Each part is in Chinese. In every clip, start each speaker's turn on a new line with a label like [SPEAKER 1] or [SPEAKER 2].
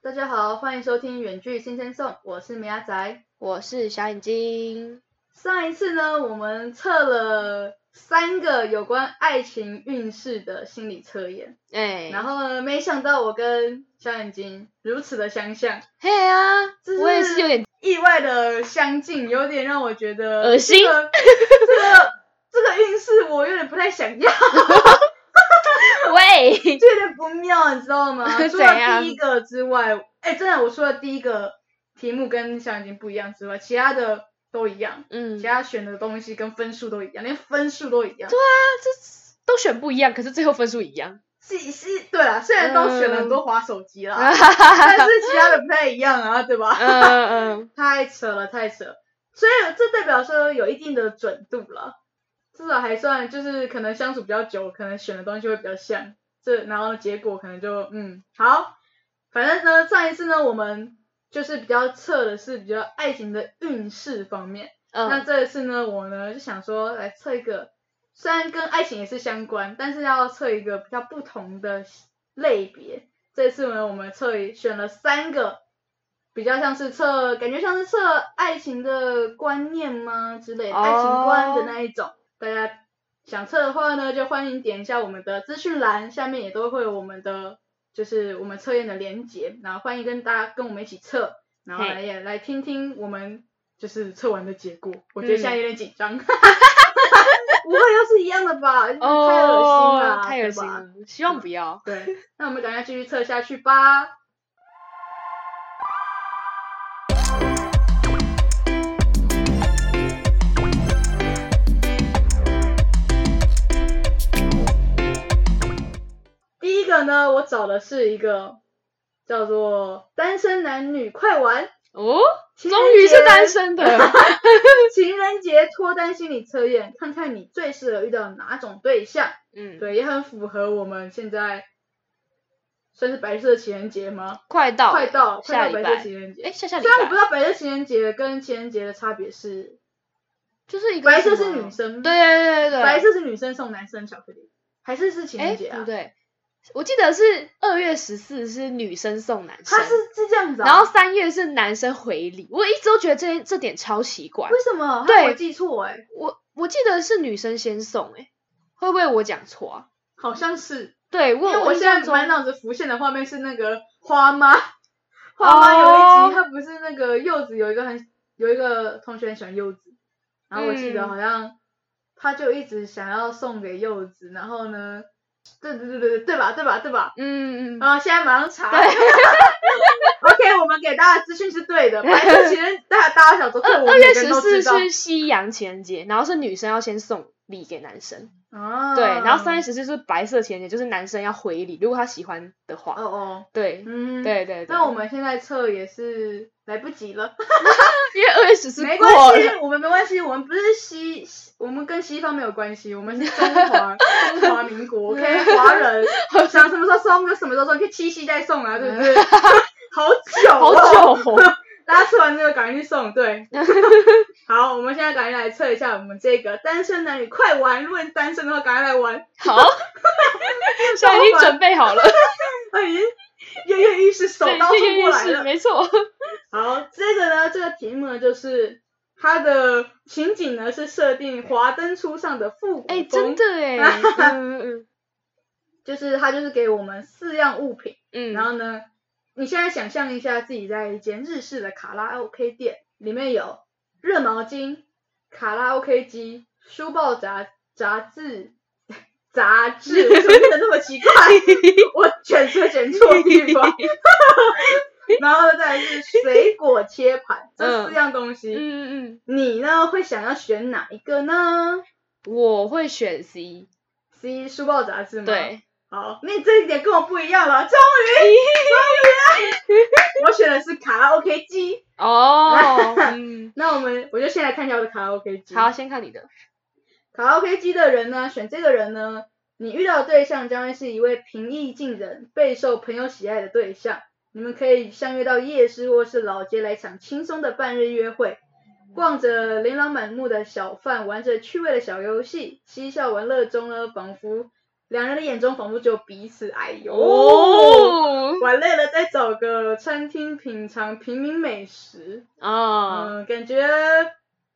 [SPEAKER 1] 大家好，欢迎收听远距新鲜送，我是米阿仔。
[SPEAKER 2] 我是小眼睛，
[SPEAKER 1] 上一次呢，我们测了三个有关爱情运势的心理测验，
[SPEAKER 2] 哎、
[SPEAKER 1] 然后呢，没想到我跟小眼睛如此的相像，
[SPEAKER 2] 嘿啊，
[SPEAKER 1] 就是
[SPEAKER 2] 我也是有点
[SPEAKER 1] 意外的相近，有点让我觉得
[SPEAKER 2] 恶心
[SPEAKER 1] 这 个这个这个运势我有点不太想 要，
[SPEAKER 2] 喂，
[SPEAKER 1] 就有点不妙，你知道 吗？除
[SPEAKER 2] 怎
[SPEAKER 1] 了
[SPEAKER 2] 样
[SPEAKER 1] 第一个之外，哎，真的，我除了第一个题目跟小眼睛不一样之外，其他的都一样。
[SPEAKER 2] 嗯，
[SPEAKER 1] 其
[SPEAKER 2] 啊，
[SPEAKER 1] 他选的东西跟分数都一样，连分数都一样。
[SPEAKER 2] 啊这都选不一样，可是最后分数一 样，
[SPEAKER 1] 是是，对啦，虽然都选了很多滑手机啦，
[SPEAKER 2] 哈哈哈
[SPEAKER 1] 但
[SPEAKER 2] 哈，
[SPEAKER 1] 是其他的不太一样啊，对吧？
[SPEAKER 2] 嗯 嗯，
[SPEAKER 1] 太扯了，太扯。所以这代表说有一定的准度了，至少还算就是可能相处比较久，可能选的东西会比较像。这然后结果可能就嗯好，反正呢上一次呢我们就是比较测的是比较爱情的运势方面。那
[SPEAKER 2] 嗯，
[SPEAKER 1] 这一次呢，我呢就想说来测一个，虽然跟爱情也是相关，但是要测一个比较不同的类别。这次呢，我们测一选了三个，比较像是测，感觉像是测爱情的观念吗之类的，
[SPEAKER 2] 哦
[SPEAKER 1] 爱情观的那一种。大家想测的话呢，就欢迎点一下我们的资讯栏，下面也都会有我们的就是我们测验的连结，然后欢迎跟大家跟我们一起测，然后
[SPEAKER 2] 嘿
[SPEAKER 1] 来也来听听我们就是测完的结果。我觉得现在有点紧张，嗯 哦不会又是一样的吧？太恶心了，
[SPEAKER 2] 哦，太恶心
[SPEAKER 1] 对吧。
[SPEAKER 2] 了，希望不要，
[SPEAKER 1] 对，那我们赶快继续测下去吧。第一个呢，我找的是一个叫做“单身男女快玩
[SPEAKER 2] 哦，”，
[SPEAKER 1] 情人
[SPEAKER 2] 终于是
[SPEAKER 1] 节
[SPEAKER 2] 单身的，
[SPEAKER 1] 情人节脱单心理测验，看看你最适合遇到哪种对象。
[SPEAKER 2] 嗯，
[SPEAKER 1] 对，也很符合我们现在算是白色情人节吗？
[SPEAKER 2] 快到，
[SPEAKER 1] 快，到，快到
[SPEAKER 2] 下礼
[SPEAKER 1] 白
[SPEAKER 2] 拜
[SPEAKER 1] 色情人节。
[SPEAKER 2] 哎，下下礼
[SPEAKER 1] 虽然我不
[SPEAKER 2] 拜
[SPEAKER 1] 知道白色情人节跟情人节的差别是，
[SPEAKER 2] 就是一个
[SPEAKER 1] 白色
[SPEAKER 2] 什
[SPEAKER 1] 是
[SPEAKER 2] 么
[SPEAKER 1] 女，生，
[SPEAKER 2] 对对对对对，
[SPEAKER 1] 白色是女生送男生巧克力，还是是情
[SPEAKER 2] 哎，
[SPEAKER 1] 人节
[SPEAKER 2] 不
[SPEAKER 1] 啊？
[SPEAKER 2] 对，我记得是二月十四是女生送男生
[SPEAKER 1] 他。是是这样子啊？
[SPEAKER 2] 然后三月是男生回礼，我一直都觉得这这点超奇怪。
[SPEAKER 1] 为什么？
[SPEAKER 2] 对
[SPEAKER 1] 害我记错哎、
[SPEAKER 2] 我我记得是女生先送、欸，会不会我讲错啊？
[SPEAKER 1] 好像是，
[SPEAKER 2] 对，我
[SPEAKER 1] 因为我
[SPEAKER 2] 印
[SPEAKER 1] 现
[SPEAKER 2] 象
[SPEAKER 1] 在
[SPEAKER 2] 中嗯
[SPEAKER 1] 满脑子浮现的画面是那个花妈，花妈有
[SPEAKER 2] 哦
[SPEAKER 1] 一集，她不是那个柚子有一个很有一个同学很喜欢柚子，然后我记得
[SPEAKER 2] 嗯
[SPEAKER 1] 好像她就一直想要送给柚子，然后呢，对对对对对对吧对吧对吧，
[SPEAKER 2] 嗯嗯，嗯
[SPEAKER 1] 然后现在马上查。OK，我们给大家的资讯是对的，白色情人大大家小周
[SPEAKER 2] 二
[SPEAKER 1] 我
[SPEAKER 2] 二
[SPEAKER 1] 每
[SPEAKER 2] 月
[SPEAKER 1] 个人
[SPEAKER 2] 十
[SPEAKER 1] 都
[SPEAKER 2] 四
[SPEAKER 1] 知道
[SPEAKER 2] 是西洋情人节，然后是女生要先送礼给男生，
[SPEAKER 1] 啊，
[SPEAKER 2] 对，然后三月十四是白色情人节，就是男生要回礼，如果他喜欢的话，
[SPEAKER 1] 哦哦，
[SPEAKER 2] 对。
[SPEAKER 1] 嗯，。
[SPEAKER 2] 对对对，
[SPEAKER 1] 那我们现在测也是来不及了，
[SPEAKER 2] 因为二月十四
[SPEAKER 1] 没
[SPEAKER 2] 过
[SPEAKER 1] 关系
[SPEAKER 2] 了，，
[SPEAKER 1] 我们没关系，我们不是西，西我们跟西方没有关系，我们是中华 中华民国，OK，华人，想什么时候送就什么时候送，就七夕再送啊，对 不对？好久、
[SPEAKER 2] 好
[SPEAKER 1] 哦，
[SPEAKER 2] 久哦，
[SPEAKER 1] 大家吃完这个赶紧去送， 对。好，我们现在赶紧来测一下我们这个单身男女快玩，如果你单身的话，赶快来玩。
[SPEAKER 2] 好，现在已经准备好了，
[SPEAKER 1] 哎，跃跃欲试，手
[SPEAKER 2] 对，
[SPEAKER 1] 刀
[SPEAKER 2] 跃
[SPEAKER 1] 冲
[SPEAKER 2] 跃
[SPEAKER 1] 过
[SPEAKER 2] 欲
[SPEAKER 1] 来
[SPEAKER 2] 试，
[SPEAKER 1] 了。
[SPEAKER 2] 没错，
[SPEAKER 1] 好，这个呢，这个题目呢，就是它的情景呢是设定华灯初上的复古
[SPEAKER 2] 哎，
[SPEAKER 1] 风
[SPEAKER 2] 真的 哎，嗯嗯嗯
[SPEAKER 1] 就是它就是给我们四样物品，
[SPEAKER 2] 嗯，
[SPEAKER 1] 然后呢，你现在想象一下自己在一间日式的卡拉 OK 店，里面有热毛巾、卡拉 OK 机、书报杂杂志。杂志怎么变得那么 奇怪？我卷车卷错地方。然后再来是水果切盘，这四样东西，
[SPEAKER 2] 嗯嗯
[SPEAKER 1] 你呢会想要选哪一个呢
[SPEAKER 2] 嗯，我会选 C，
[SPEAKER 1] ？C 书报杂志吗？，
[SPEAKER 2] 对，
[SPEAKER 1] 好，那你这一点跟我不一样了，终 于，终于啊，我选的是卡拉 OK 机。
[SPEAKER 2] 哦，嗯，
[SPEAKER 1] 那我们我就先来看一下我的卡拉 OK 机。
[SPEAKER 2] 好，，先看你的，
[SPEAKER 1] 卡拉 OK 机的人呢，选这个人呢，你遇到的对象将会是一位平易近人、备受朋友喜爱的对象。你们可以相约到夜市或是老街来一场轻松的半日约会，逛着琳琅满目的小贩，玩着趣味的小游戏，嬉笑玩乐中呢，仿佛两人的眼中仿佛只有彼此。哎呦，
[SPEAKER 2] 哦，
[SPEAKER 1] 玩累了再找个餐厅品尝平民美食，
[SPEAKER 2] 啊，
[SPEAKER 1] 嗯，感觉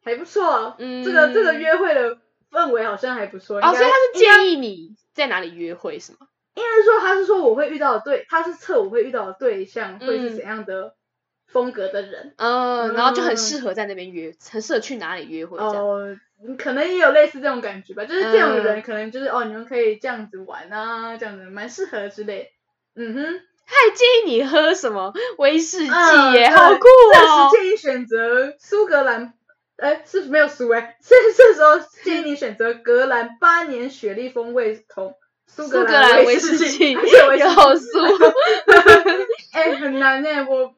[SPEAKER 1] 还不错。
[SPEAKER 2] 嗯，
[SPEAKER 1] 这个这个约会的氛围好像还不错。
[SPEAKER 2] 哦，
[SPEAKER 1] 应
[SPEAKER 2] 所以
[SPEAKER 1] 该
[SPEAKER 2] 他是
[SPEAKER 1] 应该
[SPEAKER 2] 建议你在哪里约会是吗？
[SPEAKER 1] 应该是说他是说我会遇到的对，他是测我会遇到的对象会是
[SPEAKER 2] 嗯
[SPEAKER 1] 怎样的风格的人。
[SPEAKER 2] 嗯，然后就很
[SPEAKER 1] 嗯
[SPEAKER 2] 适合在那边约，很适合去哪里约会这样。
[SPEAKER 1] 哦，可能也有类似这种感觉吧，就是这样的人，
[SPEAKER 2] 嗯
[SPEAKER 1] 可能就是、哦，你们可以这样子玩啊，这样子蛮适合之类。嗯哼，
[SPEAKER 2] 他还哎建议你喝什么威士忌
[SPEAKER 1] 嗯
[SPEAKER 2] 耶，
[SPEAKER 1] 对
[SPEAKER 2] 好酷 哦！
[SPEAKER 1] 这时建议选择苏格兰，哎，是没有苏哎， 这这时候建议你选择格兰八年雪莉风味桶。苏
[SPEAKER 2] 苏格
[SPEAKER 1] 兰
[SPEAKER 2] 兰威士
[SPEAKER 1] 士
[SPEAKER 2] 忌
[SPEAKER 1] 而且威士忌
[SPEAKER 2] 有苏，
[SPEAKER 1] 哎、很难哎、我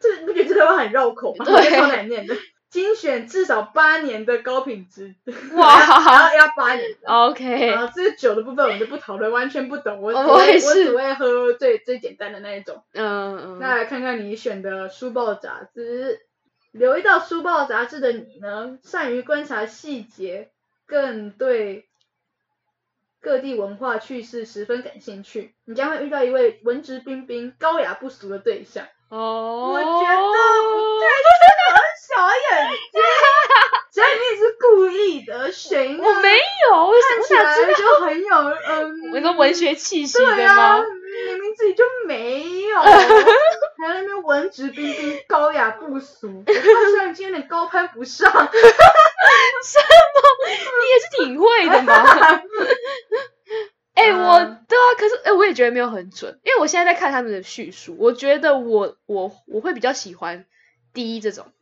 [SPEAKER 1] 这不觉得这个话很绕口吗？
[SPEAKER 2] 对
[SPEAKER 1] 我觉得超难念的。精选至少八年的高品质，
[SPEAKER 2] 哇
[SPEAKER 1] 然后要八年。
[SPEAKER 2] 哦，OK，
[SPEAKER 1] 啊，这是酒的部分我们就不讨论，完全不懂。我只
[SPEAKER 2] 哦
[SPEAKER 1] 会
[SPEAKER 2] 我也
[SPEAKER 1] 我
[SPEAKER 2] 是
[SPEAKER 1] 只会喝最最简单的那一种。
[SPEAKER 2] 嗯
[SPEAKER 1] 那
[SPEAKER 2] 嗯，
[SPEAKER 1] 来看看你选的书报杂志，留意到书报杂志的你呢，善于观察细节，更对各地文化趣事十分感兴趣。你将会遇到一位文质彬彬、高雅不俗的对 象。
[SPEAKER 2] 哦，
[SPEAKER 1] 我觉得不对，小眼睛，所以你是故意的，选一个
[SPEAKER 2] 我没有，我
[SPEAKER 1] 看
[SPEAKER 2] 想
[SPEAKER 1] 起
[SPEAKER 2] 我哪知
[SPEAKER 1] 来就很有嗯，
[SPEAKER 2] 我说文学气息
[SPEAKER 1] 对
[SPEAKER 2] 的
[SPEAKER 1] 啊，
[SPEAKER 2] 吗？
[SPEAKER 1] 明明自己就没 有，还在那边文质彬彬、高雅不俗，他虽然今天有点高攀不上，
[SPEAKER 2] 你也是挺会的 嘛。哎、
[SPEAKER 1] 嗯
[SPEAKER 2] 我对啊，可是哎、我也觉得没有很准，因为我现在在看他们的叙述，我觉得我我我会比较喜欢第一这种，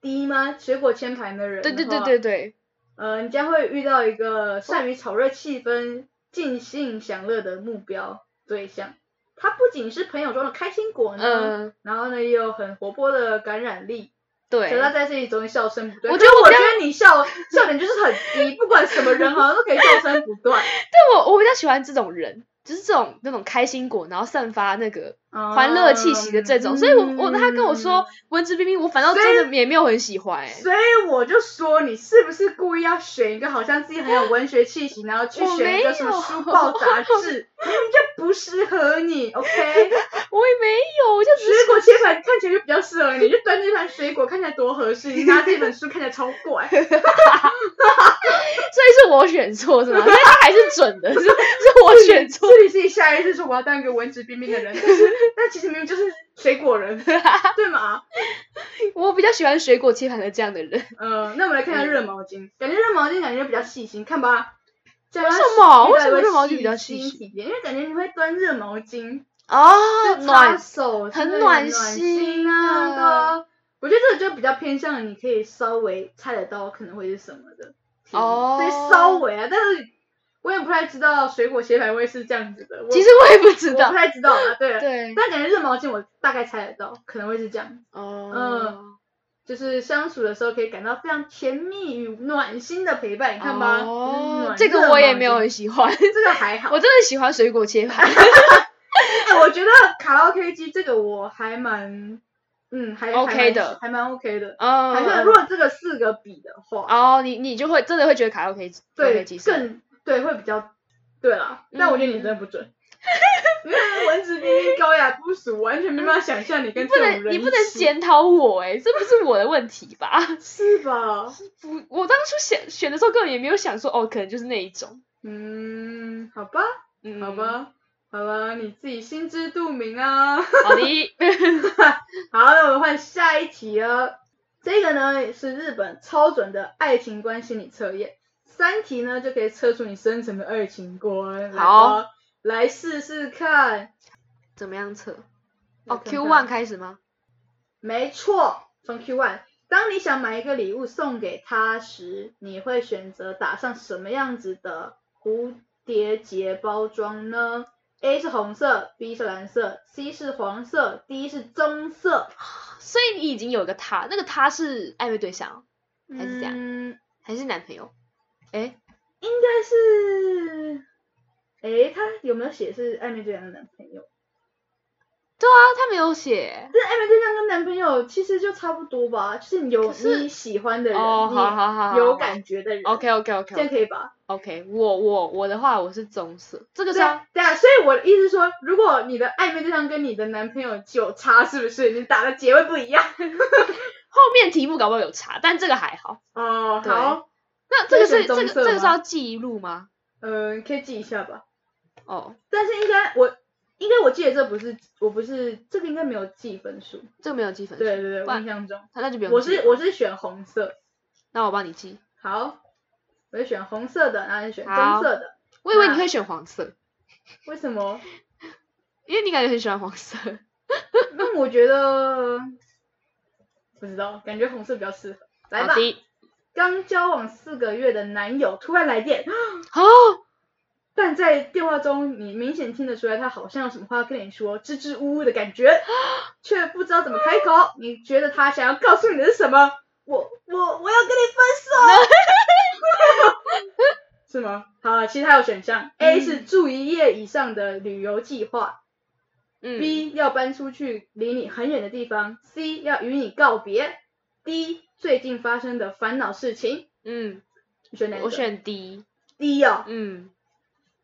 [SPEAKER 1] 第一吗？水果签盘的人，
[SPEAKER 2] 对对对，对对，
[SPEAKER 1] 呃，你将会遇到一个善于炒热气氛、尽兴享乐的目标对象。他不仅是朋友中的开心果呢，
[SPEAKER 2] 嗯，
[SPEAKER 1] 然后呢也有很活泼的感染力，
[SPEAKER 2] 对
[SPEAKER 1] 可，是他在这里总是笑声不断。
[SPEAKER 2] 我
[SPEAKER 1] 可
[SPEAKER 2] 觉得
[SPEAKER 1] 是
[SPEAKER 2] 我
[SPEAKER 1] 我
[SPEAKER 2] 这
[SPEAKER 1] 觉
[SPEAKER 2] 样
[SPEAKER 1] 得你笑笑点就是很低，不管什么人好像都可以笑声不断，
[SPEAKER 2] 但我我比较喜欢这种人，就是这种那种开心果，然后散发那个
[SPEAKER 1] 欢
[SPEAKER 2] 欢乐气息的这
[SPEAKER 1] 嗯
[SPEAKER 2] 种，所以我我他跟我说文质彬彬，我反倒真的也没有很喜欢、哎，
[SPEAKER 1] 所以我就说你是不是故意要选一个好像自己很有文学气息，然后去
[SPEAKER 2] 我
[SPEAKER 1] 选一
[SPEAKER 2] 没
[SPEAKER 1] 个什么
[SPEAKER 2] 有
[SPEAKER 1] 书报杂志，明明就不适合你，OK？
[SPEAKER 2] 我也没有，我就只
[SPEAKER 1] 水果切盘看起来就比较适合你，就端这盘水果看起来多合适，你拿这本书看起来超怪。
[SPEAKER 2] 所以是我选错是 吗？但他还是准的，是是我 选错。
[SPEAKER 1] 是你自己下意识说我要当一个文质彬彬的人，但是但其实明明就是水果 人，对吗？
[SPEAKER 2] 我比较喜欢水果切盘的这样的人，
[SPEAKER 1] 呃，那我们来看
[SPEAKER 2] 嗯
[SPEAKER 1] 看热毛巾，感觉热毛巾感觉比较细心，看吧。为
[SPEAKER 2] 为什么为什么热毛巾比较细心
[SPEAKER 1] 体验？因为感觉你会端热毛巾，
[SPEAKER 2] 哦
[SPEAKER 1] 就擦
[SPEAKER 2] 暖
[SPEAKER 1] 手之
[SPEAKER 2] 很
[SPEAKER 1] 类的
[SPEAKER 2] 暖
[SPEAKER 1] 暖
[SPEAKER 2] 心
[SPEAKER 1] 啊，
[SPEAKER 2] 的
[SPEAKER 1] 对啊。我觉得这个就比较偏向你可以稍微猜得到可能会是什么的体验
[SPEAKER 2] 哦
[SPEAKER 1] 对，稍微啊，但是我也不太知道水果鞋牌会是这样子的。我
[SPEAKER 2] 其实我也不知
[SPEAKER 1] 我
[SPEAKER 2] 道
[SPEAKER 1] 不，太知道啊，对啊。
[SPEAKER 2] 对，
[SPEAKER 1] 但感觉热毛巾我大概猜得到，可能会是这样。
[SPEAKER 2] 哦，
[SPEAKER 1] 就是相处的时候可以感到非常甜蜜与暖心的陪伴，你看吧，就是
[SPEAKER 2] 哦
[SPEAKER 1] 暖，
[SPEAKER 2] 这个我也没有
[SPEAKER 1] 热毛
[SPEAKER 2] 很
[SPEAKER 1] 巾
[SPEAKER 2] 喜欢，
[SPEAKER 1] 这个还好。
[SPEAKER 2] 我真的喜欢水果 切盘，
[SPEAKER 1] 哎、我觉得卡拉 OK 机这个我还蛮，嗯，还还
[SPEAKER 2] OK
[SPEAKER 1] 蛮喜
[SPEAKER 2] 的
[SPEAKER 1] 还蛮 OK 的。
[SPEAKER 2] 嗯，
[SPEAKER 1] 还是如果这个四个比的话，
[SPEAKER 2] 哦，你你就会真的会觉得卡拉 OK
[SPEAKER 1] 对，
[SPEAKER 2] 其实
[SPEAKER 1] 更对会比较对啦。
[SPEAKER 2] 嗯
[SPEAKER 1] 但我觉得你真的不准。因为文质彬彬、高雅不俗，完全没办法想象你
[SPEAKER 2] 你
[SPEAKER 1] 跟
[SPEAKER 2] 不
[SPEAKER 1] 这种
[SPEAKER 2] 能
[SPEAKER 1] 人
[SPEAKER 2] 你不
[SPEAKER 1] 一
[SPEAKER 2] 能
[SPEAKER 1] 起
[SPEAKER 2] 检讨我哎、这不是我的问题吧？
[SPEAKER 1] 是吧？
[SPEAKER 2] 不，我当初选选的时候根本也没有想说哦，可能就是那一种，
[SPEAKER 1] 嗯，好吧，
[SPEAKER 2] 嗯，
[SPEAKER 1] 好，吧，好吧，你自己心知肚明啊。
[SPEAKER 2] 好的，
[SPEAKER 1] 好，那我们换下一题了。这个呢是日本超准的爱情观心理测验，三题呢就可以测出你深层的爱情观。来
[SPEAKER 2] 好
[SPEAKER 1] 吧，来试试看。
[SPEAKER 2] 怎么样测？
[SPEAKER 1] 来
[SPEAKER 2] 哦
[SPEAKER 1] 看看
[SPEAKER 2] ，Q one 开始吗？
[SPEAKER 1] 没错，从 Q one。当你想买一个礼物送给他时，你会选择打上什么样子的蝴蝶结包装呢？A 是红色，B 是蓝色，C 是黄色，D 是棕色。
[SPEAKER 2] 所以你已经有一个他，那个他是暧昧对象还是这样
[SPEAKER 1] 嗯
[SPEAKER 2] 还是男朋友？哎，
[SPEAKER 1] 应该是，诶，他有没有写是暧昧对象的男朋友？
[SPEAKER 2] 对啊，他没有写
[SPEAKER 1] 但暧昧对象跟男朋友其实就差不多吧，就是你有
[SPEAKER 2] 可是
[SPEAKER 1] 你喜欢的人，
[SPEAKER 2] 哦，好
[SPEAKER 1] 你
[SPEAKER 2] 好好，
[SPEAKER 1] 有感觉的人
[SPEAKER 2] ，OK OK OK，
[SPEAKER 1] 这样可以吧？
[SPEAKER 2] OK，我我我的话我是棕色，这个是
[SPEAKER 1] 对
[SPEAKER 2] 要
[SPEAKER 1] 啊，对啊，所以我的意思是说，如果你的暧昧对象跟你的男朋友有差，是不是？你打的结尾不一样。
[SPEAKER 2] 后面题目搞不好有差，但这个还好。
[SPEAKER 1] 哦，
[SPEAKER 2] 对
[SPEAKER 1] 好，
[SPEAKER 2] 那这个是
[SPEAKER 1] 可
[SPEAKER 2] 这
[SPEAKER 1] 以选
[SPEAKER 2] 个
[SPEAKER 1] 棕色
[SPEAKER 2] 这个是
[SPEAKER 1] 吗
[SPEAKER 2] 要记录吗？
[SPEAKER 1] 嗯、可以记一下吧。
[SPEAKER 2] 哦，
[SPEAKER 1] 但是应该我应该我记得这不是我不是这个应该没有记分数。
[SPEAKER 2] 这个没有记分数。
[SPEAKER 1] 对对对，
[SPEAKER 2] 不
[SPEAKER 1] 我印
[SPEAKER 2] 然
[SPEAKER 1] 象中
[SPEAKER 2] 那那就不用
[SPEAKER 1] 我是
[SPEAKER 2] 记了
[SPEAKER 1] 我是啊选红色，
[SPEAKER 2] 那我帮你记。
[SPEAKER 1] 好，我是选红色的，然后你选棕
[SPEAKER 2] 好
[SPEAKER 1] 色的，
[SPEAKER 2] 我以为你
[SPEAKER 1] 那
[SPEAKER 2] 会选黄色，
[SPEAKER 1] 为什么？
[SPEAKER 2] 因为你感觉很喜欢黄色。
[SPEAKER 1] 那我觉得不知道，感觉红色比较适合。来吧
[SPEAKER 2] 好，的。
[SPEAKER 1] 刚交往四个月的男友突然来电，
[SPEAKER 2] 哦，
[SPEAKER 1] 但在电话中你明显听得出来他好像有什么话要跟你说，支支吾吾的感觉，却不知道怎么开口。你觉得他想要告诉你的是什么？我我我要跟你分手。 是吗？好，其实还有选项、A 是住一夜以上的旅游计划，
[SPEAKER 2] 嗯，
[SPEAKER 1] B 要搬出去离你很远的地方，C 要与你告别，D 最近发生的烦恼事情，
[SPEAKER 2] 嗯，
[SPEAKER 1] 你选哪一个？
[SPEAKER 2] 我选 D。
[SPEAKER 1] D 哦，
[SPEAKER 2] 嗯，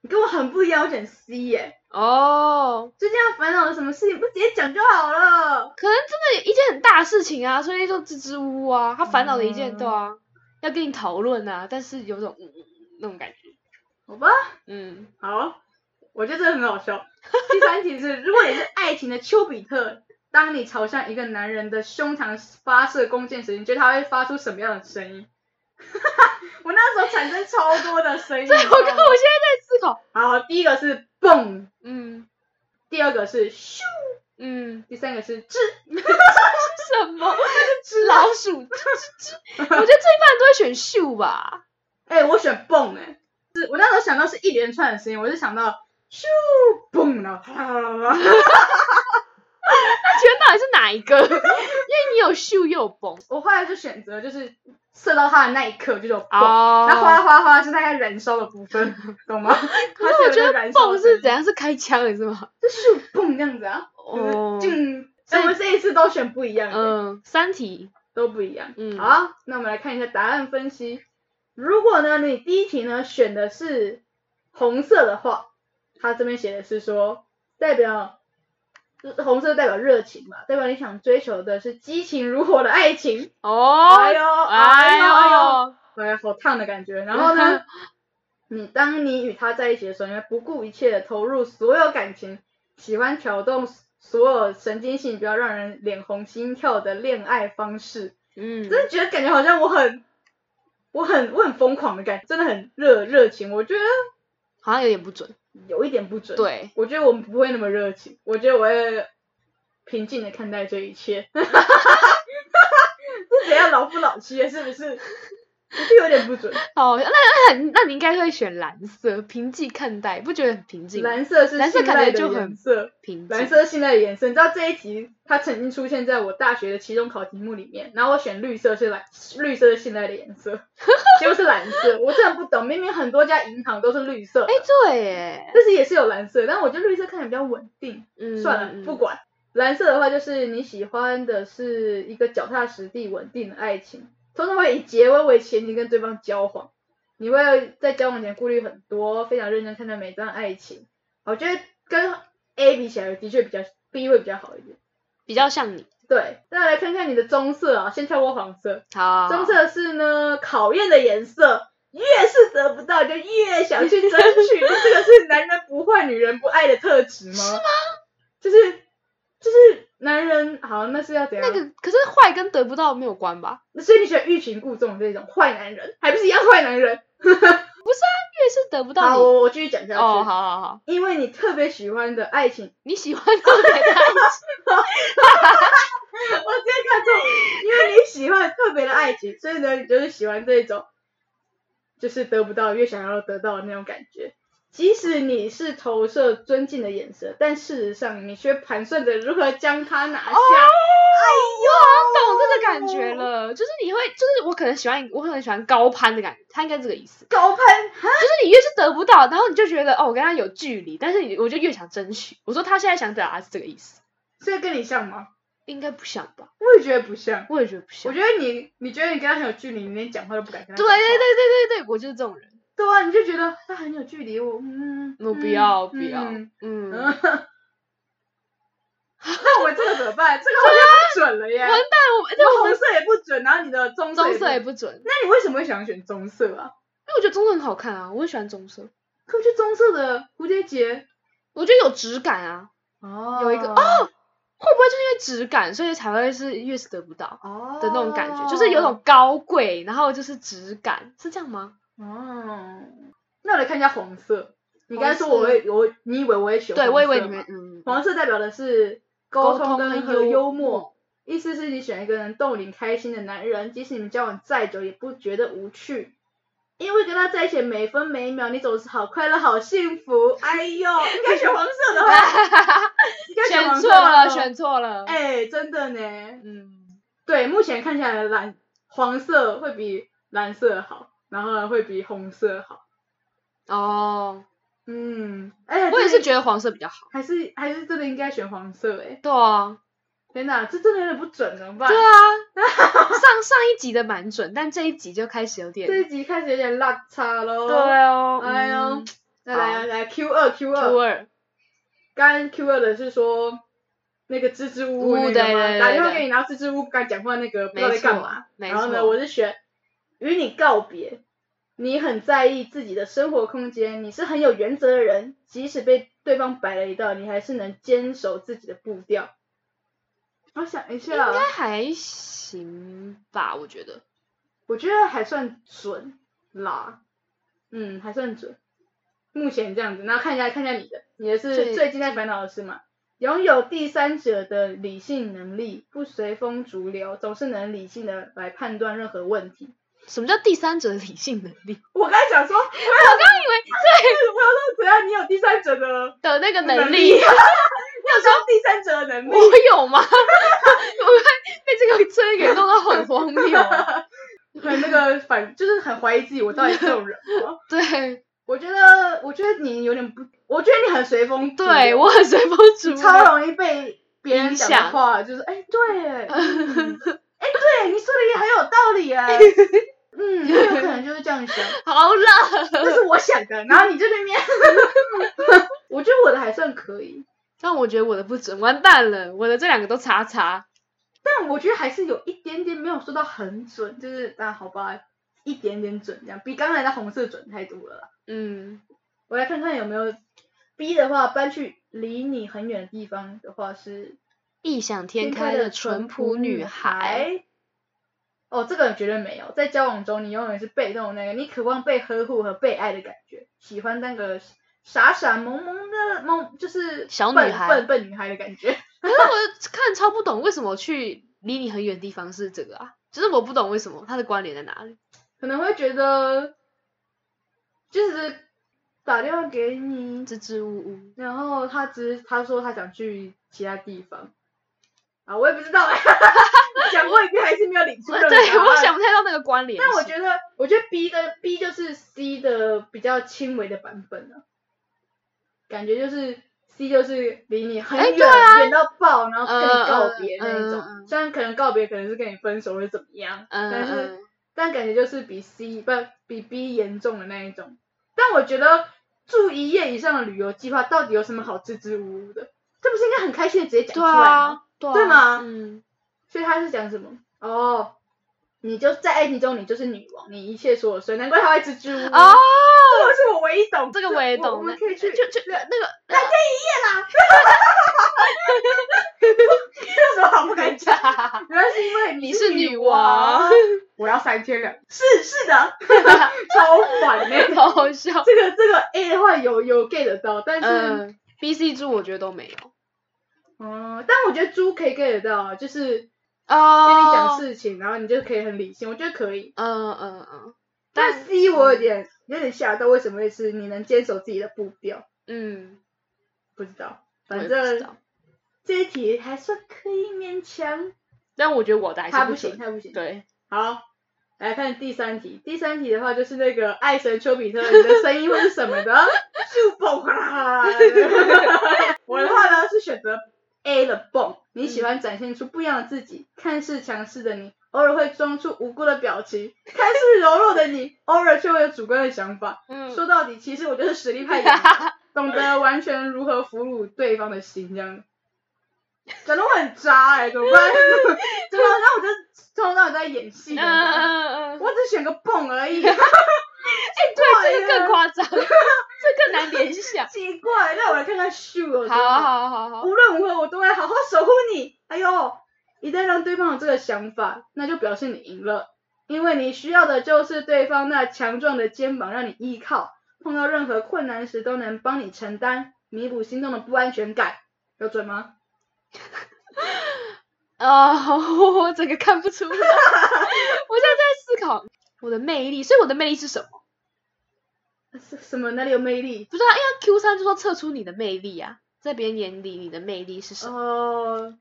[SPEAKER 1] 你跟我很不一样，我选 C 耶。
[SPEAKER 2] 哦，
[SPEAKER 1] 最近要烦恼的什么事情，不直接讲就好了。
[SPEAKER 2] 可能真的有一件很大的事情啊，所以就支支吾吾啊，他烦恼的一件，
[SPEAKER 1] 嗯
[SPEAKER 2] 对啊，要跟你讨论啊，但是有种嗯嗯嗯那种感觉。
[SPEAKER 1] 好吧，
[SPEAKER 2] 嗯，
[SPEAKER 1] 好，我觉得这个很好 笑。第三题是，如果你是爱情的丘比特，当你朝向一个男人的胸膛发射弓箭时，你觉得他会发出什么样的声音？ 我那时候产生超多的 声音，
[SPEAKER 2] 对，
[SPEAKER 1] 你
[SPEAKER 2] 我
[SPEAKER 1] 知道
[SPEAKER 2] 跟我
[SPEAKER 1] 吗
[SPEAKER 2] 现在在思考。
[SPEAKER 1] 好，第一个是蹦，
[SPEAKER 2] 嗯
[SPEAKER 1] 第二个是咻，
[SPEAKER 2] 嗯，
[SPEAKER 1] 第三个是吱，
[SPEAKER 2] 什么？是老鼠？吱吱 吱我觉得最一般都会选秀吧。
[SPEAKER 1] 哎、我选蹦、哎，是我那时候想到是一连串的声音，我就想到咻蹦，然后啪啦啦啦啦。
[SPEAKER 2] 觉得到底是哪一个？因为你有秀又有崩
[SPEAKER 1] 我后来就选择就是射到他的那一刻就有 蹦，
[SPEAKER 2] 哦
[SPEAKER 1] 那哗啦哗啦哗啦是大概燃烧的部分，懂吗？
[SPEAKER 2] 可是我觉得
[SPEAKER 1] 啊
[SPEAKER 2] 蹦是怎样？是开枪的是吗？
[SPEAKER 1] 就咻蹦这样子啊，就是
[SPEAKER 2] 哦，
[SPEAKER 1] 就。
[SPEAKER 2] 所
[SPEAKER 1] 哎，
[SPEAKER 2] 以
[SPEAKER 1] 我们这一次都选不一样的、
[SPEAKER 2] 嗯，三题，
[SPEAKER 1] 都不一样。
[SPEAKER 2] 嗯，
[SPEAKER 1] 好，那我们来看一下答案分析。如果呢，你第一题呢选的是红色的话，它这边写的是说代表就是红色代表热情嘛，代表你想追求的是激情如火的爱情。
[SPEAKER 2] 哦，
[SPEAKER 1] 哎呦，哎呦，哎呦，
[SPEAKER 2] 呦，
[SPEAKER 1] 哎呀，好烫的感觉。然后呢，你当你与他在一起的时候，你会不顾一切的投入所有感情，喜欢挑动所有神经性比较让人脸红心跳的恋爱方式。
[SPEAKER 2] 嗯，
[SPEAKER 1] 真的觉得感觉好像我很，我很我很疯狂的感觉，真的很热热情。我觉得
[SPEAKER 2] 好像有点不准，
[SPEAKER 1] 有一点不准。，
[SPEAKER 2] 对，
[SPEAKER 1] 我觉得我们不会那么热情，我觉得我会平静的看待这一切。是怎样老夫老妻了是不是？我就有点不准。
[SPEAKER 2] 哦，那那很，那你应该会选蓝色，平静看待，不觉得很平静？
[SPEAKER 1] 蓝色是
[SPEAKER 2] 蓝色
[SPEAKER 1] 信
[SPEAKER 2] 感
[SPEAKER 1] 赖
[SPEAKER 2] 觉
[SPEAKER 1] 的
[SPEAKER 2] 就
[SPEAKER 1] 颜
[SPEAKER 2] 很
[SPEAKER 1] 色，
[SPEAKER 2] 平静，
[SPEAKER 1] 蓝色是信赖的颜色。你知道这一集它曾经出现在我大学的期中考题目里面，然后我选绿色是蓝，绿色是信赖的颜 色，结果是蓝色。我真的不懂，明明很多家银行都是绿色的，
[SPEAKER 2] 哎，对耶，
[SPEAKER 1] 但是也是有蓝色，但我觉得绿色看起来比较稳定。
[SPEAKER 2] 嗯，
[SPEAKER 1] 算了，不管。蓝色的话就是你喜欢的是一个脚踏实地、稳定的爱情，通常会以结婚为前提跟对方交往。你会在交往前顾虑很多，非常认真看待每段爱情。我觉得跟 A 比起来，的确比较 B 会比较好一点。
[SPEAKER 2] 比较像你，
[SPEAKER 1] 对，那来看看你的棕色啊，先跳过黄色。
[SPEAKER 2] 好，
[SPEAKER 1] 棕色是呢考验的颜色，越是得不到就越想去争 取，这个是男人不坏女人不爱的特质吗？是吗？就是就是男人好，那是要怎样？
[SPEAKER 2] 那个，可是坏跟得不到没有关吧？
[SPEAKER 1] 所以你喜欢欲擒故纵这种坏男人，还不是一样坏男人？
[SPEAKER 2] 越是得不到
[SPEAKER 1] 好，
[SPEAKER 2] 你，哦，
[SPEAKER 1] 啊我我继续讲下去。
[SPEAKER 2] 好好好。
[SPEAKER 1] 因为你特别喜欢的爱情，
[SPEAKER 2] 你喜欢就 给他一起
[SPEAKER 1] 我直接看中，因为你喜欢特别的爱情，所以呢，你就是喜欢这种，就是得不到越想要得到的那种感觉。即使你是投射尊敬的眼神，但事实上你却盘算着如何将它拿下。
[SPEAKER 2] 哦懂这个感觉了，就是你会，就是我可能喜欢，我可能喜欢高攀的感觉，他应该这个意思，
[SPEAKER 1] 高攀，
[SPEAKER 2] 就是你越是得不到，然后你就觉得哦，我跟他有距离，但是你我就越想争取。我说他现在想表达是这个意思，
[SPEAKER 1] 所以跟你像吗？
[SPEAKER 2] 应该不像吧？
[SPEAKER 1] 我也觉得不像。
[SPEAKER 2] 我也觉得不像。
[SPEAKER 1] 我觉得你，你觉得你跟他很有距离，你连讲话都不敢跟他
[SPEAKER 2] 对
[SPEAKER 1] 讲话
[SPEAKER 2] 对对对对对，我就是这种人。
[SPEAKER 1] 对啊，你就觉得他很有距离，我嗯，
[SPEAKER 2] 我不
[SPEAKER 1] 嗯
[SPEAKER 2] 要不要
[SPEAKER 1] 嗯，
[SPEAKER 2] 嗯，
[SPEAKER 1] 嗯 那我这个怎么办？这个好像不准了耶！
[SPEAKER 2] 完蛋，我
[SPEAKER 1] 你的
[SPEAKER 2] 那我
[SPEAKER 1] 红
[SPEAKER 2] 们
[SPEAKER 1] 色也不准，然后你的棕
[SPEAKER 2] 棕色
[SPEAKER 1] 色
[SPEAKER 2] 也
[SPEAKER 1] 不，
[SPEAKER 2] 不准，因
[SPEAKER 1] 那你为什么会想选棕色啊？
[SPEAKER 2] 为我觉得棕色很好看啊，我很喜欢棕色，
[SPEAKER 1] 可我觉得棕色的蝴蝶结
[SPEAKER 2] 我觉得有质感啊，
[SPEAKER 1] 哦
[SPEAKER 2] 有一个哦，会不会就是因为质感，所以才会是越是得不到
[SPEAKER 1] 哦
[SPEAKER 2] 的那种感觉，就是有种高贵，然后就是质感，是这样吗？
[SPEAKER 1] 哦。那我来看一下红色，你刚才说
[SPEAKER 2] 红色
[SPEAKER 1] 我会我你以为我会选
[SPEAKER 2] 对，
[SPEAKER 1] 红
[SPEAKER 2] 我以为
[SPEAKER 1] 色
[SPEAKER 2] 你们
[SPEAKER 1] 吗
[SPEAKER 2] 嗯，
[SPEAKER 1] 黄色代表的是沟
[SPEAKER 2] 沟
[SPEAKER 1] 通
[SPEAKER 2] 通
[SPEAKER 1] 跟
[SPEAKER 2] 和
[SPEAKER 1] 幽
[SPEAKER 2] 幽
[SPEAKER 1] 默
[SPEAKER 2] 默，
[SPEAKER 1] 意思是你选一个能逗你开心的男人，即使你们交往再久也不觉得无趣，因为跟他在一起每分每秒你总是好快乐好幸福。哎呦， 应该选黄色的吧？应该
[SPEAKER 2] 选
[SPEAKER 1] 黄色
[SPEAKER 2] 错
[SPEAKER 1] 的吧
[SPEAKER 2] 了，选错了，
[SPEAKER 1] 哎、真的呢。
[SPEAKER 2] 嗯，
[SPEAKER 1] 对，目前看下来蓝黄色会比蓝色好，然后呢会比红色好。
[SPEAKER 2] 哦，
[SPEAKER 1] 嗯，哎、
[SPEAKER 2] 我也
[SPEAKER 1] 真
[SPEAKER 2] 是
[SPEAKER 1] 的
[SPEAKER 2] 觉得黄色比较好，
[SPEAKER 1] 还是还是真的应该选黄色哎、
[SPEAKER 2] 对啊。
[SPEAKER 1] 天哪，这真的有点不准，怎么办？
[SPEAKER 2] 对啊，上上一集的蛮准，但这一集就开始有点
[SPEAKER 1] 这一集开始有点落差喽。
[SPEAKER 2] 对哦，
[SPEAKER 1] 哎呦，再来啊
[SPEAKER 2] 好
[SPEAKER 1] 来 Q 二 Q
[SPEAKER 2] 初
[SPEAKER 1] 二，
[SPEAKER 2] 二，
[SPEAKER 1] 刚刚 Q 二的是说那个支支吾吾那
[SPEAKER 2] 呜哦对
[SPEAKER 1] 个吗？
[SPEAKER 2] 对
[SPEAKER 1] 打
[SPEAKER 2] 对
[SPEAKER 1] 电话
[SPEAKER 2] 对
[SPEAKER 1] 给你，然后支支吾吾不敢讲话那个不知道
[SPEAKER 2] 没
[SPEAKER 1] 在干
[SPEAKER 2] 错
[SPEAKER 1] 嘛。
[SPEAKER 2] 没
[SPEAKER 1] 然后呢，
[SPEAKER 2] 错
[SPEAKER 1] 我是选与你告别。你很在意自己的生活空间，你是很有原则的人，即使被对方摆了一道，你还是能坚守自己的步调。我想一下啊
[SPEAKER 2] 应，该还行吧，我觉得。
[SPEAKER 1] 我觉得还算准啦，嗯，还算准。目前这样子，那看一下看一下你的，你的是
[SPEAKER 2] 最
[SPEAKER 1] 最近在烦恼的事嘛？拥有第三者的理性能力，不随风逐流，总是能理性的来判断任何问题。
[SPEAKER 2] 什么叫第三者理性能力？
[SPEAKER 1] 我刚才讲说，我
[SPEAKER 2] 我刚以为
[SPEAKER 1] 我要说只要你有第三者的
[SPEAKER 2] 对的那个
[SPEAKER 1] 能
[SPEAKER 2] 能
[SPEAKER 1] 力，你有，
[SPEAKER 2] 力
[SPEAKER 1] 说第三者的能力
[SPEAKER 2] 我，有吗？我 被被这个真给弄到很荒谬 啊。
[SPEAKER 1] 很那个反，就是很怀疑自己，我到底是这种人吗？
[SPEAKER 2] 对
[SPEAKER 1] 我觉得，我觉得你有点不，我觉得你很随风逐流。
[SPEAKER 2] 对，我很随风逐
[SPEAKER 1] 超
[SPEAKER 2] 流。
[SPEAKER 1] 容易被别人
[SPEAKER 2] 影
[SPEAKER 1] 讲的
[SPEAKER 2] 响
[SPEAKER 1] 话，就是哎、对，哎、嗯哎对，你说的也很有道理哎、嗯，我有可能就是这样想，
[SPEAKER 2] 好了，
[SPEAKER 1] 这是我想的，然后你这边面，我觉得我的还算可以，
[SPEAKER 2] 但我觉得我的不准，完蛋了，我的这两个都叉叉。
[SPEAKER 1] 但我觉得还是有一点点没有说到很准，就是啊，好吧，一点点准这样，比刚才的红色准太多了啦。
[SPEAKER 2] 嗯，
[SPEAKER 1] 我来看看有没有 B 的话，搬去离你很远的地方的话是
[SPEAKER 2] 异想天开的淳朴女孩。。
[SPEAKER 1] 哦，这个绝对没有，在交往中你永远是被动的那个，你渴望被呵护和被爱的感觉，喜欢那个傻傻萌萌的萌，就是
[SPEAKER 2] 小女
[SPEAKER 1] 笨
[SPEAKER 2] 孩
[SPEAKER 1] 笨笨女孩的感觉。
[SPEAKER 2] 可是我看超不懂为什么去离你很远的地方是这个啊，就是我不懂为什么它的关联在哪里。
[SPEAKER 1] 可能会觉得，就是打电话给你，
[SPEAKER 2] 支支吾吾，
[SPEAKER 1] 然后他只是他说他想去其他地方，啊，我也不知 道、讲过一遍还是没有领出任何
[SPEAKER 2] 对
[SPEAKER 1] 答
[SPEAKER 2] 我
[SPEAKER 1] 案
[SPEAKER 2] 想不太到那个关联性。
[SPEAKER 1] 但我觉得，我觉得 B 跟 B 就是 C 的比较轻微的版本了、感觉就是 C 就是离你很
[SPEAKER 2] 哎
[SPEAKER 1] 远，
[SPEAKER 2] 对啊
[SPEAKER 1] 远到爆，然后跟你
[SPEAKER 2] 嗯
[SPEAKER 1] 告别那一种。
[SPEAKER 2] 嗯嗯嗯
[SPEAKER 1] 虽然可能告别可能是跟你分手或者怎么样，
[SPEAKER 2] 嗯，
[SPEAKER 1] 但是
[SPEAKER 2] 嗯
[SPEAKER 1] 但感觉就是比 C 不比 B 严重的那一种。但我觉得住一夜以上的旅游计划到底有什么好支支吾吾的？这不是应该很开心的直接讲出
[SPEAKER 2] 对
[SPEAKER 1] 来吗？
[SPEAKER 2] 啊，对啊
[SPEAKER 1] 对吗
[SPEAKER 2] 嗯，
[SPEAKER 1] 所以他是讲什么？哦，你就在爱情中，你就是女王，你一切所有，所以难怪他会支支吾吾。
[SPEAKER 2] 哦，
[SPEAKER 1] 这个是我唯一懂，
[SPEAKER 2] 这个我也
[SPEAKER 1] 我我
[SPEAKER 2] 懂，
[SPEAKER 1] 们
[SPEAKER 2] 那
[SPEAKER 1] 可以去
[SPEAKER 2] 就就那个
[SPEAKER 1] 这时候好不敢讲，
[SPEAKER 2] 哈，
[SPEAKER 1] 原来是因为
[SPEAKER 2] 你
[SPEAKER 1] 是
[SPEAKER 2] 是女
[SPEAKER 1] 王
[SPEAKER 2] 王，
[SPEAKER 1] 我要三千两，是是的， 超反呢、
[SPEAKER 2] 好好笑。
[SPEAKER 1] 这个这个 A 的话有有 get 得到，但是嗯、
[SPEAKER 2] 嗯，B、C、猪我觉得都没有。
[SPEAKER 1] 但我觉得猪可以 get 得到啊，就是跟
[SPEAKER 2] 哦，
[SPEAKER 1] 你讲事情，然后你就可以很理性，我觉得可以。
[SPEAKER 2] 嗯嗯嗯
[SPEAKER 1] 但 C 我有点有点吓到，为什么会是你能坚守自己的步调？
[SPEAKER 2] 嗯，
[SPEAKER 1] 不知道，
[SPEAKER 2] 我也
[SPEAKER 1] 反
[SPEAKER 2] 不知
[SPEAKER 1] 正
[SPEAKER 2] 道
[SPEAKER 1] 这一题还算可以勉强，
[SPEAKER 2] 但我觉得我的还
[SPEAKER 1] 他
[SPEAKER 2] 是
[SPEAKER 1] 不
[SPEAKER 2] 准
[SPEAKER 1] 行，。他不行。
[SPEAKER 2] 对，
[SPEAKER 1] 好，来看第三题。第三题的话就是那个爱神丘比特，你的声音会是什么的？就蹦啦！我的话呢是选择 A 的蹦，你喜欢展现出不一样的自己，看似强势的你，偶尔会装出无辜的表情；看似柔弱的你，偶尔却会有主观的想法。
[SPEAKER 2] 嗯，
[SPEAKER 1] 说到底，其实我就是实力派演员，啊 懂得完全如何俘虏对方的心，这样。讲的我很渣哎、怎么办？ 怎么？然后我就从头到尾都在演戏，
[SPEAKER 2] 嗯
[SPEAKER 1] 怎么办
[SPEAKER 2] 嗯嗯嗯，
[SPEAKER 1] 我只选个蹦而 已，
[SPEAKER 2] 对，这
[SPEAKER 1] 哇
[SPEAKER 2] 个更 夸张，这更难联想。
[SPEAKER 1] 奇怪。那我来看看秀有多
[SPEAKER 2] 好啊
[SPEAKER 1] 美
[SPEAKER 2] 好好好，
[SPEAKER 1] 无论如何我都会好好守护你。哎呦，一旦让对方有这个想法，那就表示你赢了，因为你需要的就是对方那强壮的肩膀让你依靠，碰到任何困难时都能帮你承担，弥补心中的不安全感。有准吗？
[SPEAKER 2] 啊、 我整个看不出 来，我现在在思考我的魅力，所以我的魅力是什么？
[SPEAKER 1] 是什么？哪里有魅力？
[SPEAKER 2] 不知道，因为 Q 三就说测出你的魅力啊，在别人眼里你的魅力是什么？
[SPEAKER 1] 哦，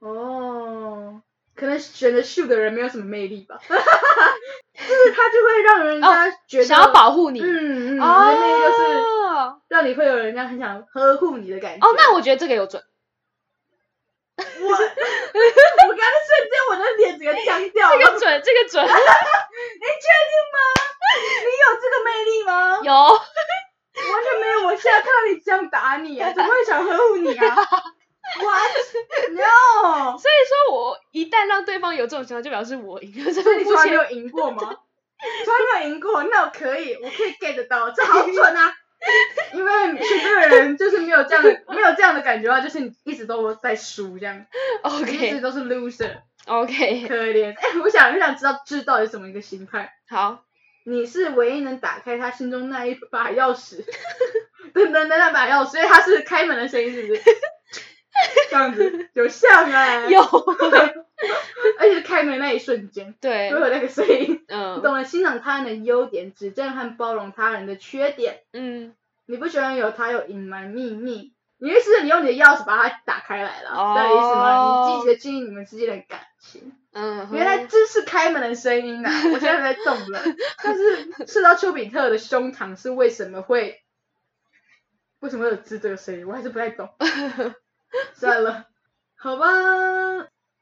[SPEAKER 1] 哦，可能选择 shoot 的人没有什么魅力吧， 就是他就会让人家觉得、
[SPEAKER 2] 哦想要保护你，
[SPEAKER 1] 嗯嗯，
[SPEAKER 2] 哦，
[SPEAKER 1] 你的魅力就是。
[SPEAKER 2] 哦，
[SPEAKER 1] 让你会有人家很想呵护你的感觉。
[SPEAKER 2] 那我觉得这个有准，
[SPEAKER 1] 我我刚才瞬间我的脸整个僵掉了。你确
[SPEAKER 2] 这
[SPEAKER 1] 定
[SPEAKER 2] 个准，这个准，
[SPEAKER 1] 吗？你有这个魅力吗？
[SPEAKER 2] 有，
[SPEAKER 1] 完全没有，我现在看到你这样打你啊，怎么会想呵护你啊？What？No！
[SPEAKER 2] 所以说我一旦让对方有这种想法，就表示 我赢了。这
[SPEAKER 1] 所以你
[SPEAKER 2] 个目
[SPEAKER 1] 从来没
[SPEAKER 2] 前
[SPEAKER 1] 有赢过吗？从来没有赢过，那我可以，我可以 get 得到，这好准啊！因为许多人就是没有这样的，没有这样的感觉的话，就是你一直都在输这样，你一直
[SPEAKER 2] OK
[SPEAKER 1] 都是 loser。
[SPEAKER 2] OK
[SPEAKER 1] 可怜。哎、我想很想知道智到底是怎么一个心态。
[SPEAKER 2] 好，
[SPEAKER 1] 你是唯一能打开他心中那一把钥匙，等等等那把钥匙，所以他是开门的声音，是不是？ 这样子有像哎、
[SPEAKER 2] 有，
[SPEAKER 1] 而且开门那一瞬间
[SPEAKER 2] 对
[SPEAKER 1] 都，有那个声音。你
[SPEAKER 2] 嗯
[SPEAKER 1] 懂得欣赏他人的优点，指正和包容他人的缺点。
[SPEAKER 2] 嗯，
[SPEAKER 1] 你不喜欢有他有隐瞒秘密，你意思是你用你的钥匙把它打开来了，
[SPEAKER 2] 哦
[SPEAKER 1] 这样的意思吗？你积极的经营你们之间的感情。
[SPEAKER 2] 嗯哼，
[SPEAKER 1] 原来这是开门的声音啊！ 我现在在动了。但是射到丘比特的胸膛是为什么会？为什么会有吱这个声音？我还是不太 懂。算了，好吧，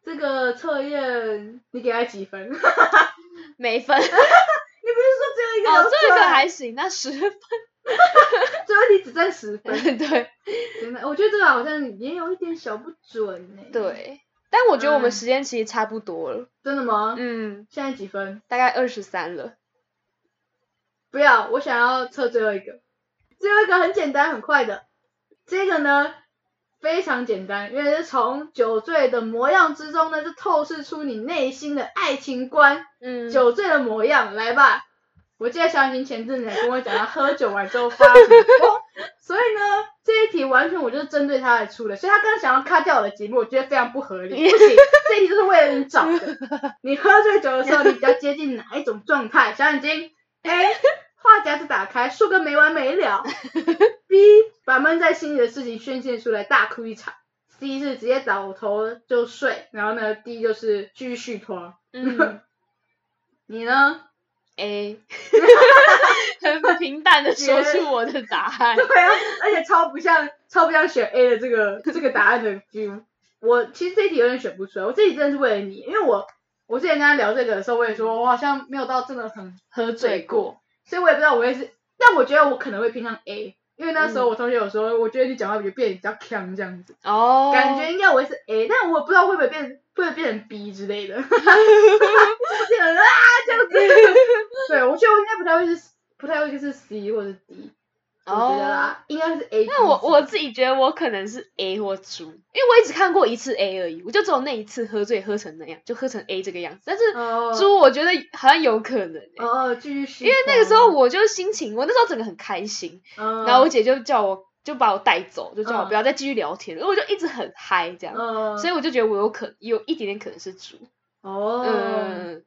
[SPEAKER 1] 这个测验你给他几分？ 你不是说
[SPEAKER 2] 没 分，哦，
[SPEAKER 1] 只有一个都
[SPEAKER 2] 这
[SPEAKER 1] 错
[SPEAKER 2] 个
[SPEAKER 1] 啊
[SPEAKER 2] 还行，那十分，
[SPEAKER 1] 最后一题只占十分，
[SPEAKER 2] 对
[SPEAKER 1] 真的，我觉得这个好像也有一点小不准欸呢、，
[SPEAKER 2] 对。但我觉得我们
[SPEAKER 1] 嗯
[SPEAKER 2] 时间其实差不多了，
[SPEAKER 1] 真的吗？
[SPEAKER 2] 嗯，
[SPEAKER 1] 现在几分？
[SPEAKER 2] 大概二十三了。
[SPEAKER 1] 不要，我想要测最后一个。最后一个很简单，很快的。这个呢非常简单，因为是从酒醉的模样之中呢，就透视出你内心的爱情观。
[SPEAKER 2] 嗯，
[SPEAKER 1] 酒醉的模样，来吧。我记得小眼睛前阵子还跟我讲，他喝酒完之后发什么疯，所以呢，这一题完全我就是针对他来出的，所以他刚刚想要卡掉我的节目，我觉得非常不合理，不行，这一题就是为了你找的。你喝醉酒的时候，你比较接近哪一种状态？小眼睛，A，话匣子打开，说个没完没了；B，把闷在心里的事情宣泄出来，大哭一场；C 是直接倒头就睡，然后呢，D 就是继续拖。
[SPEAKER 2] 嗯
[SPEAKER 1] 你呢？
[SPEAKER 2] ，A，很平淡的说出我的答 案
[SPEAKER 1] 对。啊，而且超不像超不像选 A 的这个这个答案的 feel。我其实这一题有点选不出来，我这一题真的是为了你，因为我我之前跟他聊这个的时候，我也说我好像没有到真的很喝醉过，所以我也不知道我会是，但我觉得我可能会偏向 A，因为那时候我同学有说，我觉得你讲话比较变得比较强这样子，
[SPEAKER 2] 哦，
[SPEAKER 1] 感觉应该我会是 A，但我不知道会不会变会不会变成 B 之 类的，我变成啊这样子， 对我觉得我应该不太会是不太会是 C 或者 D。我觉得啊
[SPEAKER 2] 哦，
[SPEAKER 1] 啦，应该是 A。
[SPEAKER 2] 那我我自己觉得我可能是 A 或猪，因为我也只看过一次 A 而已，我就只有那一次喝醉喝成那样，就喝成 A 这个样子。但是
[SPEAKER 1] 哦
[SPEAKER 2] 猪我觉得好像有可能欸、
[SPEAKER 1] 哦继续续，
[SPEAKER 2] 因为那个时
[SPEAKER 1] 哦
[SPEAKER 2] 候我就心情，我那时候整个很开心，
[SPEAKER 1] 嗯，
[SPEAKER 2] 然后我姐就叫我就把我带走，就叫我
[SPEAKER 1] 嗯
[SPEAKER 2] 不要再继续聊天了，因为我就一直很嗨这样，
[SPEAKER 1] 嗯，
[SPEAKER 2] 所以我就觉得我有可有一点点可能是猪，
[SPEAKER 1] 哦，
[SPEAKER 2] 嗯，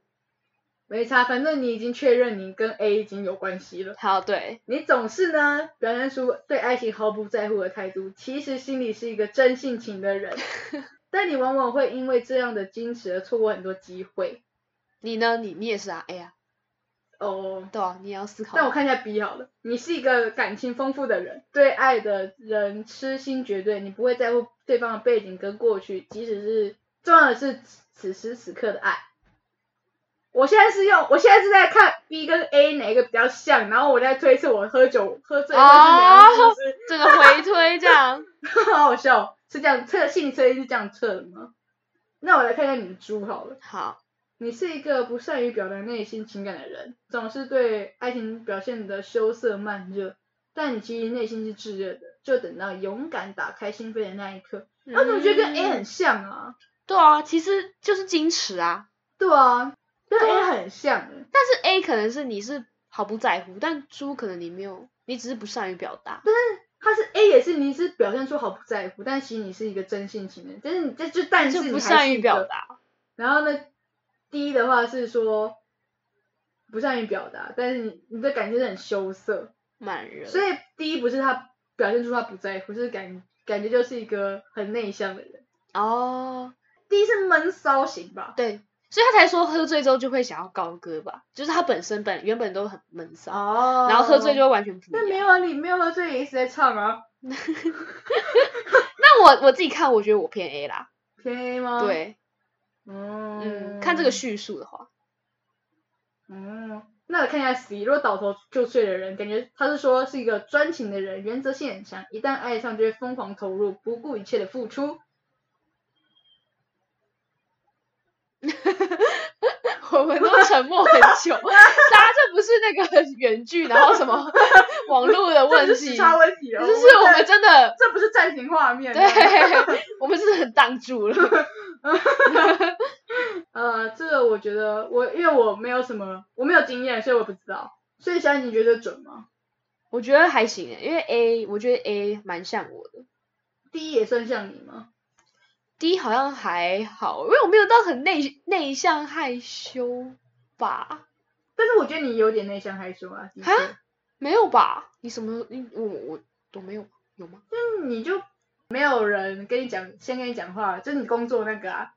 [SPEAKER 1] 没差，反正你已经确认你跟 A 已经有关系了。
[SPEAKER 2] 好对，
[SPEAKER 1] 你总是呢表现出对爱情毫不在乎的态度，其实心里是一个真性情的 人，但你往往会因为这样的矜持而错过很多机会。
[SPEAKER 2] 你呢？你你也是啊，哎呀，
[SPEAKER 1] 哦，
[SPEAKER 2] 对啊，你也要思考。
[SPEAKER 1] 但我看一下 B 好了，你是一个感情丰富的人，对爱的人痴心绝对，你不会在乎对方的背景跟过去，即使是重要的是此时此刻的爱。我现在是用，我现在是在看 B 跟 A 哪一个比较像，然后我在推测我喝酒喝醉会是哪样，
[SPEAKER 2] 哦
[SPEAKER 1] 是不
[SPEAKER 2] 这个回推这样，
[SPEAKER 1] 是？ 好好笑哦，是这样测心理测验是这样测的吗？那我来看一下你的猪好了。
[SPEAKER 2] 好，
[SPEAKER 1] 你是一个不善于表达内心情感的人，总是对爱情表现的羞涩慢热，但你其实内心是炙热的，就等到勇敢打开心扉的那一刻。那、我怎么觉得跟 A 很
[SPEAKER 2] 嗯
[SPEAKER 1] 像啊？
[SPEAKER 2] 对啊，其实就是矜持啊，
[SPEAKER 1] 对啊，跟
[SPEAKER 2] 对
[SPEAKER 1] A
[SPEAKER 2] 啊
[SPEAKER 1] 很像欸，
[SPEAKER 2] 但是 A 可能是你是毫不在乎，但猪可能你没有，你只是不善于表达。
[SPEAKER 1] 他是 A 也是你是表现出毫不在乎，但其实你是一个真性情的人，但是你这就但是
[SPEAKER 2] 就
[SPEAKER 1] 你
[SPEAKER 2] 不
[SPEAKER 1] 还
[SPEAKER 2] 善
[SPEAKER 1] 是
[SPEAKER 2] 于
[SPEAKER 1] 一
[SPEAKER 2] 表
[SPEAKER 1] 个
[SPEAKER 2] 达。
[SPEAKER 1] 然后呢，第一的话是说不善于表达，但是你你的感觉是很羞涩。
[SPEAKER 2] 慢热，
[SPEAKER 1] 所以第一不是他表现出他不在乎，是感感觉就是一个很内向的人。
[SPEAKER 2] 哦，
[SPEAKER 1] 第一是闷骚型吧，
[SPEAKER 2] 对，所以他才说喝醉之后就会想要高歌吧，就是他本身本原本都很闷骚，
[SPEAKER 1] 哦
[SPEAKER 2] 然后喝醉就会完全不
[SPEAKER 1] 那
[SPEAKER 2] 一
[SPEAKER 1] 没
[SPEAKER 2] 样。
[SPEAKER 1] 有啊，你没有喝醉也一直在唱啊，
[SPEAKER 2] 那我我自己看，我觉得我偏 A 啦，
[SPEAKER 1] 偏 A 吗？，
[SPEAKER 2] 对，
[SPEAKER 1] 嗯
[SPEAKER 2] 嗯，看这个，叙述的 话，
[SPEAKER 1] 嗯，那我看一下 C，如果倒头就睡的人，感觉他是说是一个专情的人，原则性很强，一旦爱上就会疯狂投入，不顾一切的付出。
[SPEAKER 2] 我们都沉默很 久，大家这不是那个远距，然后什么网络的问
[SPEAKER 1] 这不是
[SPEAKER 2] 题，
[SPEAKER 1] 时差问题哦，
[SPEAKER 2] 就是我们
[SPEAKER 1] 在
[SPEAKER 2] 真的，
[SPEAKER 1] 这不是暂停画面，哦
[SPEAKER 2] 对，我们真的很挡住了。
[SPEAKER 1] 呃，这个我觉得我因为我没有什么，我没有经验，所以我不知道。所以小姐，你觉得准吗
[SPEAKER 2] 我觉得还行欸，因为 A，我觉得 A 蛮像我的。
[SPEAKER 1] ？D 也算像你吗？
[SPEAKER 2] D 好像还好，因为我没有到很内内向害羞吧？
[SPEAKER 1] 但是我觉得你有点内向害羞啊，的确
[SPEAKER 2] 哈没有吧？你什么？你我我我没有有吗？
[SPEAKER 1] 就是嗯你就没有人跟你讲，先跟你讲话，就是你工作那个啊，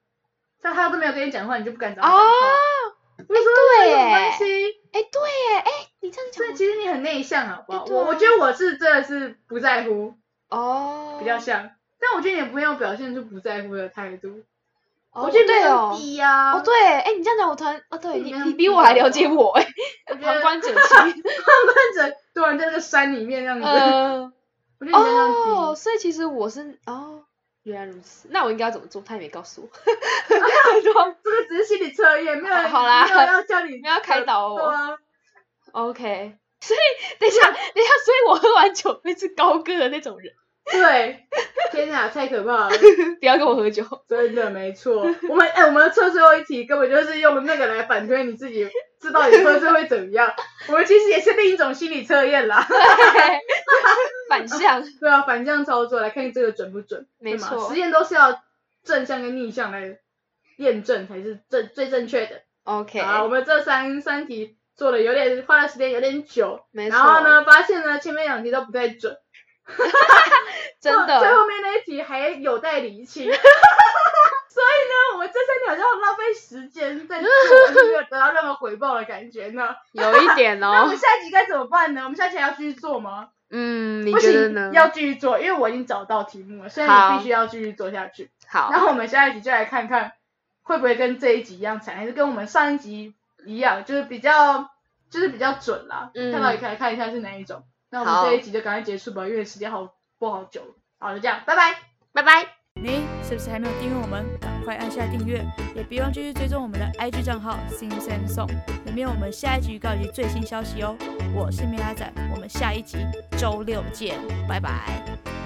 [SPEAKER 1] 像他都没有跟你讲话，你就不敢找他讲话。
[SPEAKER 2] 哎、
[SPEAKER 1] 这
[SPEAKER 2] 对
[SPEAKER 1] 有
[SPEAKER 2] 耶，
[SPEAKER 1] 关
[SPEAKER 2] 哎、
[SPEAKER 1] 系，
[SPEAKER 2] 对耶，哎、你这样
[SPEAKER 1] 所以
[SPEAKER 2] 讲
[SPEAKER 1] 其实你很内向，好不好？
[SPEAKER 2] 哎对啊
[SPEAKER 1] 我我觉得我是真的是不在乎，
[SPEAKER 2] 我哦，
[SPEAKER 1] 比较像。但我觉得你不用表现出不在乎的态度，
[SPEAKER 2] 哦，
[SPEAKER 1] 我觉得
[SPEAKER 2] 对
[SPEAKER 1] 没有
[SPEAKER 2] 哦，
[SPEAKER 1] 低呀、
[SPEAKER 2] 哦对耶，哎、你这样讲我突然哦，对
[SPEAKER 1] 你
[SPEAKER 2] 你
[SPEAKER 1] 没有
[SPEAKER 2] 你比
[SPEAKER 1] 低
[SPEAKER 2] 我还
[SPEAKER 1] 哦
[SPEAKER 2] 了解我哎，
[SPEAKER 1] 我 觉
[SPEAKER 2] 旁
[SPEAKER 1] 得
[SPEAKER 2] 观者清，
[SPEAKER 1] 看着突然在那个山里面这样子，
[SPEAKER 2] 嗯、
[SPEAKER 1] 我觉得你在那样
[SPEAKER 2] 哦，所以其实我是哦，原来如此，那我应该要怎么做？他也没告诉我，
[SPEAKER 1] 这个只是心理测验，没有人
[SPEAKER 2] 好啦
[SPEAKER 1] 没有要叫你
[SPEAKER 2] 你要开导
[SPEAKER 1] 对
[SPEAKER 2] 我。
[SPEAKER 1] 啊，
[SPEAKER 2] OK，所以等一下，等一下，所以我喝完酒会是高歌的那种人，
[SPEAKER 1] 对，天哪，太可怕了，
[SPEAKER 2] 不要跟我喝酒。
[SPEAKER 1] 真的没错。我们哎、我们测最后一题根本就是用那个来反推你自己，知道你喝醉会怎么样。 我们其实也是另一种心理测验啦，
[SPEAKER 2] 对，反向，
[SPEAKER 1] 对啊，反向操作来看这个准不准，
[SPEAKER 2] 没
[SPEAKER 1] 对吗
[SPEAKER 2] 错
[SPEAKER 1] 实。验都是要正向跟逆向来验证才是正最正确的。
[SPEAKER 2] OK，
[SPEAKER 1] 啊，我们这三三题做的有点花的时间有点久，
[SPEAKER 2] 没错。
[SPEAKER 1] 然后？呢，发现呢前面两题都不太准，
[SPEAKER 2] 真
[SPEAKER 1] 最
[SPEAKER 2] 的，
[SPEAKER 1] 后面那一题还有待厘 清。所以呢，我们这三题好像很浪费时间在做，没有得到任何回报的感觉呢。
[SPEAKER 2] 有一点
[SPEAKER 1] 那我们
[SPEAKER 2] 哦。
[SPEAKER 1] 下一集该怎么办呢？我们下一集还要继续做吗？
[SPEAKER 2] 嗯，你
[SPEAKER 1] 不
[SPEAKER 2] 觉得呢
[SPEAKER 1] 行，？要继续做，因为我已经找到题目了，所以你
[SPEAKER 2] 好
[SPEAKER 1] 必须要继续做下去。
[SPEAKER 2] 好
[SPEAKER 1] 然，后我们下一集就来看看会不会跟这一集一样惨，还是跟我们上一集一样，就是比较就是比较准啦。
[SPEAKER 2] 嗯
[SPEAKER 1] 看到也可以看一下是哪一种。那我们
[SPEAKER 2] 好
[SPEAKER 1] 这一集就赶快结束吧，因为时间好不好久了。好，就这样，拜拜。
[SPEAKER 2] 拜拜。
[SPEAKER 3] 你是不是还没有订阅我们？赶快按下订阅，也别忘继续追踪我们的 IG 账号 Sing Sam Song，里面有我们下一集预告以及最新消息哦。我是米拉仔，我们下一集周六见，拜拜。